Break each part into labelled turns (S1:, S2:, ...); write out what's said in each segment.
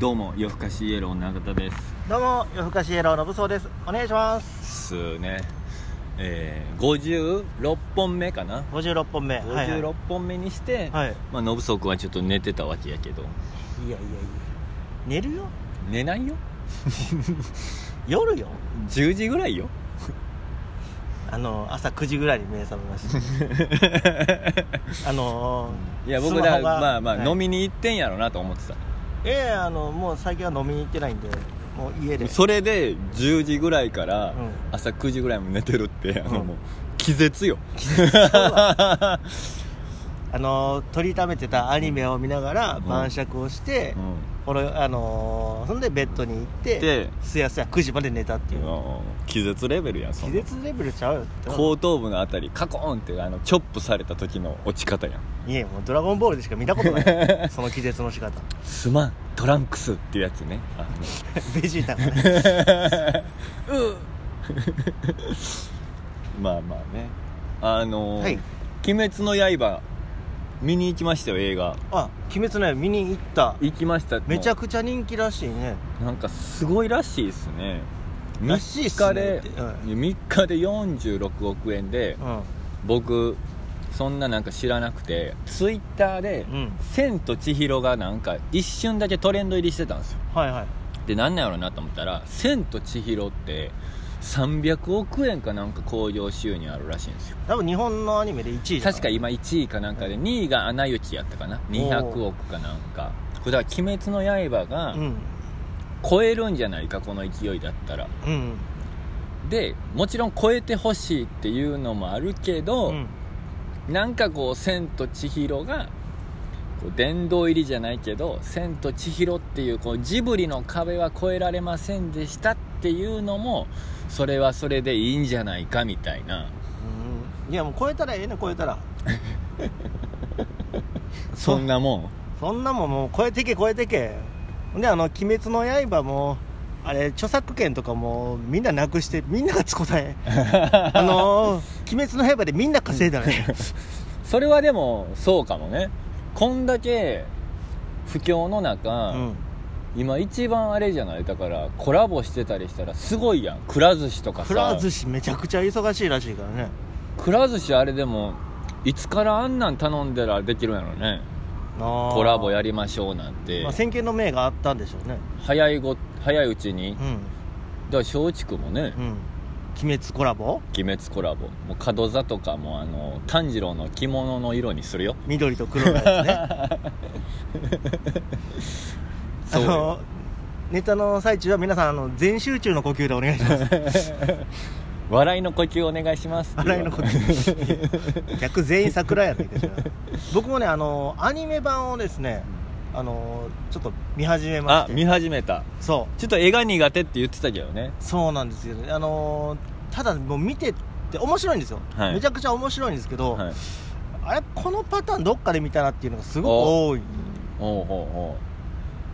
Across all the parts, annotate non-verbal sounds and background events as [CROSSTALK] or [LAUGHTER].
S1: どうも夜更かしイエロー永田で
S2: どうも夜更かしイエローのぶそうですお願いします
S1: すすねえー、56本目かな
S2: 56本目はいはい
S1: 56本目にして、
S2: はい
S1: まあ、信宗君はちょっと寝てたわけやけど
S2: いやいやいや寝るよ
S1: 寝ないよ
S2: 夜よ
S1: 10時ぐらいよ
S2: あの朝9時ぐらいに目覚め
S1: [LAUGHS]
S2: ましたあのー
S1: いや僕
S2: スマ
S1: ら
S2: ホが
S1: まあまあ、
S2: はい
S1: 飲みに行ってんやろなと思ってた
S2: いやいやあのもう最近は飲みに行ってないんでもう家で
S1: それで10時ぐらいから
S2: うん
S1: 朝9時ぐらいも寝てるって、あの
S2: うん
S1: もう気絶よ
S2: あのー撮りためてたアニメを見ながら
S1: ん
S2: 晩酌をして、
S1: [LAUGHS] うん
S2: これあのーそんでベッドに行って
S1: で
S2: すやすや9時まで寝たっていう
S1: うん気絶レベルやんそ
S2: 気
S1: んな
S2: 絶レベルちゃうよって
S1: 後頭部のあたりカコーンってあのチョップされた時の落ち方やん
S2: いえもう「ドラゴンボール」でしか見たことないその気絶の仕方
S1: すまんトランクスっていうやつねあ
S2: ベジータがね [LAUGHS]
S1: のまあまあねあのー
S2: はい
S1: 鬼滅の刃」見に行きましたよ映画
S2: あ鬼滅の刃見に行った
S1: 行きました
S2: めちゃくちゃ人気らしいね
S1: なんかすごいらしいですね
S2: らしいっす
S1: 3日
S2: ね
S1: で、3日で46億円で
S2: うん
S1: 僕そんななんか知らなくてツイッターで
S2: うん
S1: 「千と千尋」がなんか一瞬だけトレンド入りしてたんですよ
S2: はいはい
S1: でなんなんやろうなと思ったら「千と千尋」って300億円かなんか興行収入あるらしいんですよ
S2: 多分日本のアニメで1位じゃない
S1: 確か今1位かなんかで2位が「アナ雪」やったかな200億かなんかこれだから「鬼滅の刃」が
S2: うん
S1: 超えるんじゃないかこの勢いだったら
S2: うん
S1: でもちろん超えてほしいっていうのもあるけど、
S2: うん
S1: なんかこう「千と千尋」がこう殿堂入りじゃないけど「千と千尋」っていうこうジブリの壁は越えられませんでしたっていうのもそれはそれでいいんじゃないかみたいな
S2: うんいやもう超えたらええね超えたら
S1: そんなも
S2: そんなもんもう超えてけ超えてけほんであの「鬼滅の刃も」あれ著作権とかもみんななくしてみんなが使うたね [LAUGHS] あのー鬼滅の刃」でみんな稼いだね
S1: ん [LAUGHS] それはでもそうかもねこんだけ不況の
S2: う
S1: 中、
S2: ん
S1: 今一番あれじゃないだからコラボしてたりしたらすごいやんくら寿司とかさ
S2: くら寿司めちゃくちゃ忙しいらしいからね
S1: くら寿司あれでもいつからあんなん頼んだらできるんやろねコ
S2: コ
S1: ラボやりましょうなんて、
S2: まあ、先見の明があったんでしょうね
S1: 早いご早いうちにだ
S2: う
S1: か
S2: ん
S1: ら松竹もね
S2: うん鬼滅コラボ
S1: 「鬼滅」コラボもう門座とかもあの炭治郎の着物の色にす
S2: [LAUGHS]
S1: るよ
S2: 緑と黒の
S1: [LAUGHS]
S2: やつねあ
S1: そう
S2: のネタの最中は皆さんあの全集中の呼吸でお願いします
S1: [LAUGHS] 笑いの呼吸お願いしますって言
S2: 笑
S1: う
S2: いの呼
S1: わ
S2: 吸逆全員桜やないかしら僕もねあのアニメ版をですねあのちょっと見始めま
S1: あ
S2: して
S1: 見始めた
S2: そ
S1: ちょっと絵が苦手って言ってたけどね
S2: うそうなんですよねあのただもう見てって面白いんですよ、
S1: はい
S2: めちゃくちゃ面白いんですけど、
S1: はい
S2: あれこのパターンどっかで見たなっていうのがすごく多い
S1: ほうほうほう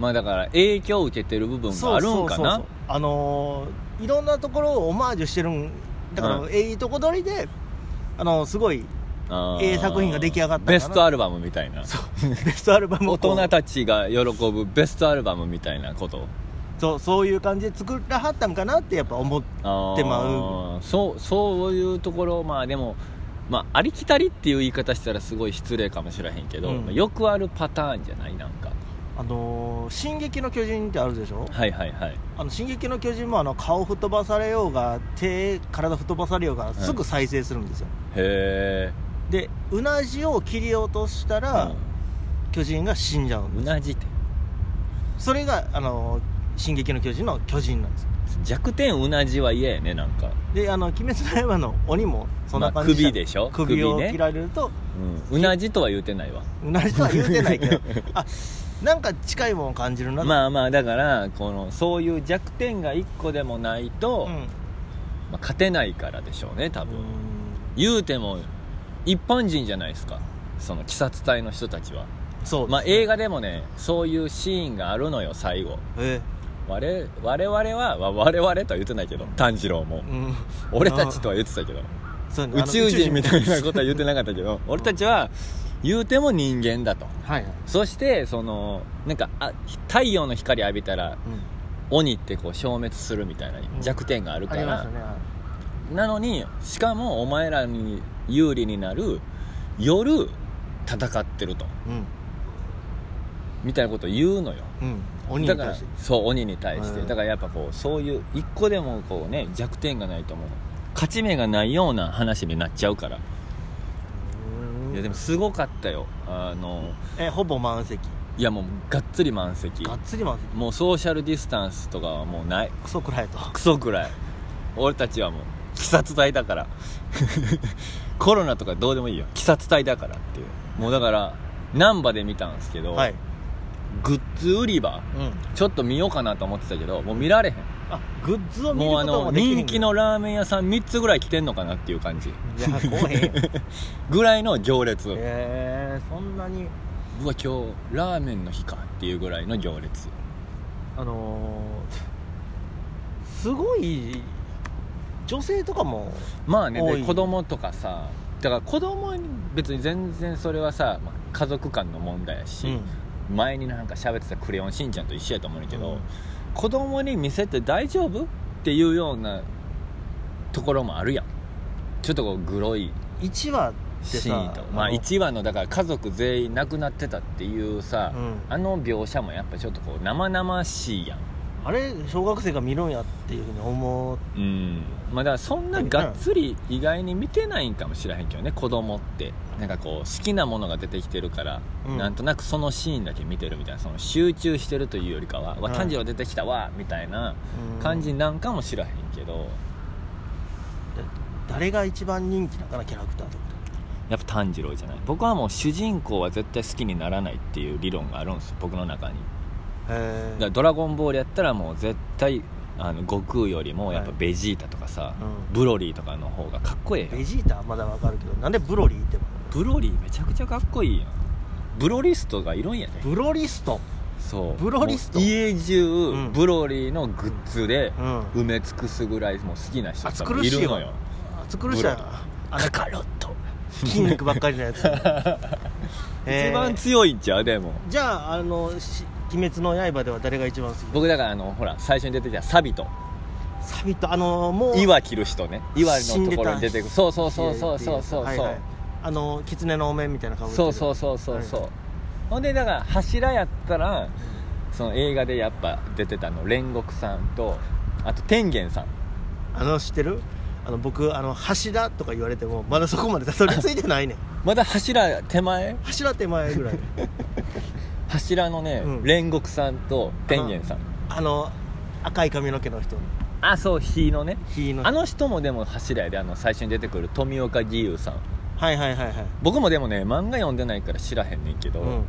S1: まあだから影響を受けてる部分があるんか
S2: そうそうそう
S1: な
S2: そうあのーいろんなところをオマージュしてるんだから、
S1: は
S2: ええとこ取りであのすごい [LAUGHS]
S1: あー
S2: ええ作品が出来上がったかな
S1: ベストアルバムみたいな
S2: ベストアルバムを
S1: 大人たちが喜ぶベストアルバムみたいなこと
S2: そうそういう感じで作らはったんかなってやっぱ思っ
S1: あー
S2: ってま
S1: そうそういうところまあでも、まあ、ありきたりっていう言い方したらすごい失礼かもしれへんけど、
S2: うん
S1: まあよくあるパターンじゃないなんか
S2: あのー進撃の巨人」ってあるでしょ
S1: はいはいはい
S2: あの進撃の巨人もあの顔吹っ飛ばされようが手体吹っ飛ばされようがすぐ再生するんですよ、
S1: へ
S2: でうなじを切り落とした
S1: え
S2: ら、巨人が死んじゃうん
S1: う
S2: です
S1: なじって
S2: それがあのー「進撃の巨人」の巨人なんです
S1: 弱点うなじは嫌やねなんか、
S2: であの「鬼滅の刃」の鬼もそんな感じ
S1: まあ首でしょ
S2: 首を
S1: 首ね
S2: 切られると、
S1: うん、うなじとは言うてないわ
S2: うなじとは言うてないけど
S1: [LAUGHS]
S2: あなんか近いもんを感じるなと
S1: まあまあだからこのそういう弱点が1個でもないと、
S2: うん
S1: まあ勝てないからでしょうね多分、
S2: うん
S1: 言うても一般人じゃないですかその鬼殺隊の人たちは
S2: そう
S1: まあ、映画でもねそういうシーンがあるのよ最後
S2: え
S1: 我我々はわ我々とは言ってないけど炭治郎も
S2: うん
S1: 俺たちとは言ってたけど
S2: そうねあ
S1: 宇
S2: の
S1: 宙人みたい
S2: 宇宙 [LAUGHS]
S1: なことは言ってなかったけど俺たちは言うても人間だと
S2: はいはい、
S1: そしてそのなんかあ太陽の光浴びたら鬼ってこう消滅するみたいな弱点がある
S2: あ
S1: か
S2: りま
S1: ら
S2: すよ、ねは
S1: なのにしかもお前らに有利になる夜戦ってると
S2: いうん
S1: みたいなことを言うのよ
S2: うん鬼
S1: だ
S2: に
S1: から
S2: 対して
S1: そう鬼に対して、
S2: うん
S1: だからやっぱこうそういう一個でもこうね弱点がないともう勝ち目がないような話になっちゃうから、
S2: うん
S1: いやでもすごかったよあの
S2: えほぼ満席
S1: いやもうがっつり満席
S2: がっつり満席
S1: もうソーシャルディスタンスとかはもうない
S2: クソくらいと
S1: クソくらい俺たちはもう鬼殺隊だから [LAUGHS] コロナとかどうでもいいよ鬼殺隊だからっていうもうだから難波で見たんですけど、
S2: はい
S1: グッズ売り場
S2: うん
S1: ちょっと見ようかなと思ってたけどもう見られへん
S2: あグッズを見る
S1: もうあ
S2: こと
S1: の
S2: もできる
S1: 人気のラーメン屋さん3つぐらい来てんのかなっていう感じ
S2: い
S1: [LAUGHS]
S2: やこうへんよ
S1: ぐらいの行列うわ
S2: えー、そんなに
S1: 今日ラーメンの日かっていうぐらいの行列
S2: あのー、すごい女性とかも
S1: まあね
S2: 多
S1: で
S2: い
S1: 子供とかさだから子供に別に全然それはさ、まあ家族間の問題やし、前になんか喋ってた「クレヨンしんちゃん」と一緒やと思うんやけど、
S2: うん
S1: 子供に見せて大丈夫っていうようなところもあるやんちょっとこうグロい
S2: 1話ってさ
S1: シーンとまあ
S2: の
S1: 1話のだから家族全員亡くなってたっていうさ、
S2: うん
S1: あの描写もやっぱちょっとこう生々しいやん
S2: あれ小学生が見るんやっていうふうに思う
S1: うんまあだからそんながっつり意外に見てないんかもしれへんけどね子供ってなんかこう好きなものが出てきてるから、
S2: うん
S1: なんとなくそのシーンだけ見てるみたいなその集中してるというよりかは「わ
S2: うん
S1: 炭治郎出てきたわ」みたいな
S2: うん
S1: 感じなんかもしれへんけど、
S2: 誰が一番人気なのかなキャラクターとか
S1: やっぱ炭治郎じゃない僕はもう主人公は絶対好きにならないっていう理論があるんですよ僕の中に
S2: へ
S1: だか
S2: え
S1: らドラゴンボールやったらもう絶対あの悟空よりもやっぱベジータとかさ、
S2: うん
S1: ブロリーとかの方がかっこええ
S2: ベ
S1: よ
S2: ジータはまだわかるけどなんでブロリーって
S1: ブロリーめちゃくちゃかっこいいやんブロリストがいるんやで
S2: ブロリスト
S1: そう
S2: ブロリスト
S1: もう家中
S2: ん
S1: ブロリーのグッズで
S2: うん
S1: 埋め尽くすぐらいもう好きな人
S2: 暑
S1: とか
S2: 苦
S1: い
S2: しい
S1: る
S2: わ
S1: のよ
S2: 暑苦しいな
S1: ブロ
S2: あの
S1: カロット
S2: 筋肉ばっかりの
S1: [LAUGHS]
S2: やつえー
S1: 一番強いんちゃうでも
S2: じゃああのし鬼滅の刃では誰が一番好き
S1: 僕だからあのほら最初に出てきたサビと
S2: サビとあのもう
S1: 岩切る人ね岩のところに出てくるそうそうそうそうそうそうそう、
S2: はいはいあの狐のお面みたいな顔
S1: そうそうそうそうそう、ほんでだから柱やったらその映画でやっぱ出てたの煉獄さんとあと天元さん
S2: あの知ってるあの僕あの柱とか言われてもまだそこまでたどり着いてな
S1: [LAUGHS]
S2: いねん
S1: まだ柱手前
S2: 柱手前ぐらい
S1: 柱のね、
S2: うん
S1: 煉獄さんと天元さん
S2: あの赤い髪の毛の人
S1: あそう火のね
S2: 火の
S1: あの人もでも柱やであの最初に出てくる富岡義勇さん
S2: はいはいはいはい、
S1: 僕もでもね漫画読んでないから知らへんねんけど、
S2: うん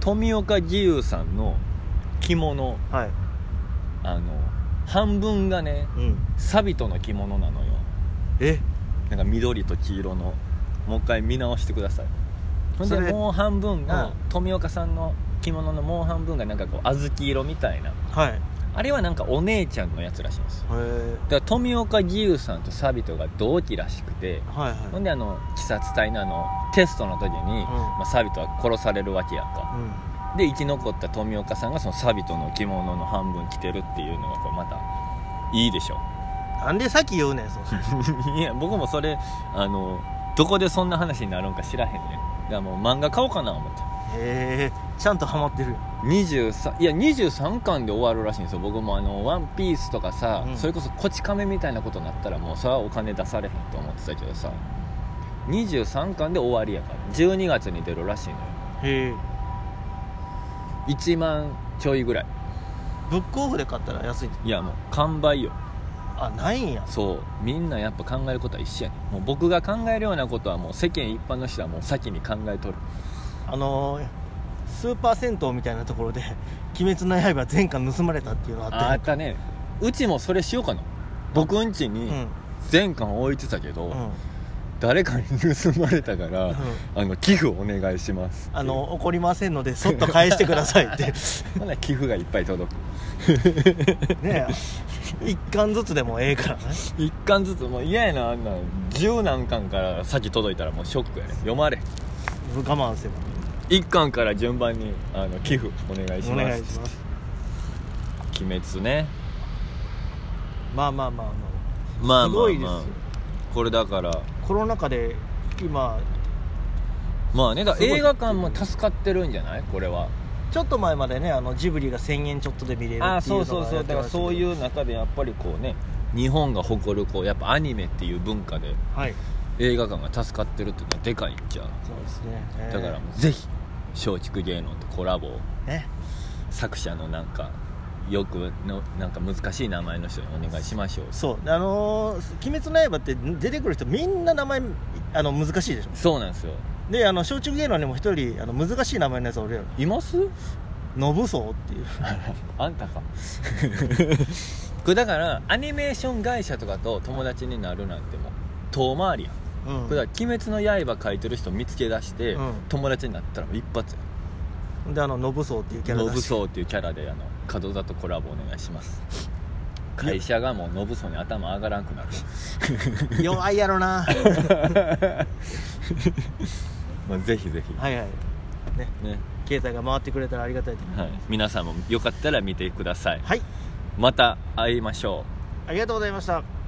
S1: 富岡義勇さんの着物
S2: はい
S1: あの半分がね
S2: うん、
S1: サビトの着物なのよ
S2: え
S1: なんか緑と黄色のもう一回見直してくださいほんで
S2: それ
S1: もう半分が、
S2: うん
S1: 富岡さんの着物のもう半分がなんかこう小豆色みたいな
S2: はいへ
S1: あれはなんかお姉ちゃんのやつらしいんですよ
S2: え
S1: だから富岡義勇さんとサビトが同期らしくて
S2: はい
S1: ほ
S2: はい
S1: んであの鬼殺隊のあのテストの時に、まあ、サビトは殺されるわけやんか
S2: うん
S1: で生き残った富岡さんがそのサビトの着物の半分着てるっていうのがこれまたいいで
S2: [LAUGHS]
S1: しょ
S2: なんでさっき言うねんそう
S1: いや僕もそれあのどこでそんな話になるんか知らへんねんだからもう漫画買おうかな思って
S2: へえちゃんとハマってるよ
S1: 23いや23巻で終わるらしいんですよ僕もあの「ワンピースとかさ、
S2: うん
S1: それこそ「こち亀」みたいなことになったらもうそれはお金出されへんと思ってたけどさ23巻で終わりやから12月に出るらしいのよ
S2: へえ
S1: 1万ちょいぐらい
S2: ブックオフで買ったら安い
S1: いやもう完売よ
S2: あないんや
S1: そうみんなやっぱ考えることは一緒やねんもう僕が考えるようなことはもう世間一般の人はもう先に考えとる
S2: あのースーパー銭湯みたいなところで「鬼滅の刃」全巻盗まれたっていうのあった
S1: あ
S2: や
S1: っ
S2: ん
S1: たねうちもそれしようかな僕んち
S2: う
S1: に
S2: ん
S1: 全巻置いてたけど、
S2: うん
S1: 誰かに盗まれたから、
S2: うん
S1: あの寄付お願いしますっていう
S2: あの怒りませんのでそっと返してくださいって
S1: [LAUGHS] ほな寄付がいっぱい届く
S2: ねえ一巻ずつでもええからね
S1: 一巻ずつもう嫌やなあんなん十何巻から先届いたらもうショックやね読まれへん
S2: 俺我慢すれば
S1: 一巻から順番にあの寄付お願いし
S2: お
S1: ます
S2: 願いします
S1: 鬼滅ね
S2: まあまあまあ
S1: まあまあ、
S2: まあ
S1: まあ、
S2: すごいですよ
S1: これだから
S2: コロナ禍で今
S1: まあねだ
S2: すごい
S1: 映画館も助かってるんじゃないこれは
S2: ちょっと前までねあのジブリが1000円ちょっとで見れるっていうのが
S1: ああそうそうそうだ
S2: やって
S1: か
S2: ま
S1: ら
S2: したけど
S1: そういう中でやっぱりこうね日本が誇るこうやっぱアニメっていう文化で
S2: はい
S1: 映画館が助かってるっていうのはでかいんじゃう
S2: そうですね、えー
S1: だからもうぜひ松竹芸能とコラボを
S2: ね
S1: 作者のなんかよくのなんか難しい名前の人にお願いしましょう
S2: そうあのー鬼滅の刃」って出てくる人みんな名前あの難しいでしょ
S1: そうなんですよ
S2: であの松竹芸能にも一人あの難しい名前のやつおるやろ
S1: います
S2: [LAUGHS] 信荘っていう
S1: あんたか [LAUGHS] これだからアニメーション会社とかと友達になるなんてもう遠回りやん
S2: うん
S1: これだから鬼滅の刃」書いてる人見つけ出して、
S2: うん
S1: 友達になったら一発や
S2: であの信荘っていうキャラ
S1: ノ
S2: だ
S1: ブ
S2: し
S1: ソウっていうキャラであの門座とコラボお願いします会社がもうノブソウに頭上がらんくなる
S2: 弱いやろな
S1: まあぜひぜひ、
S2: はいはいね
S1: ね
S2: 携帯が回ってくれたらありがたいと
S1: はい、皆さんもよかったら見てください
S2: はい
S1: また会いましょう
S2: ありがとうございました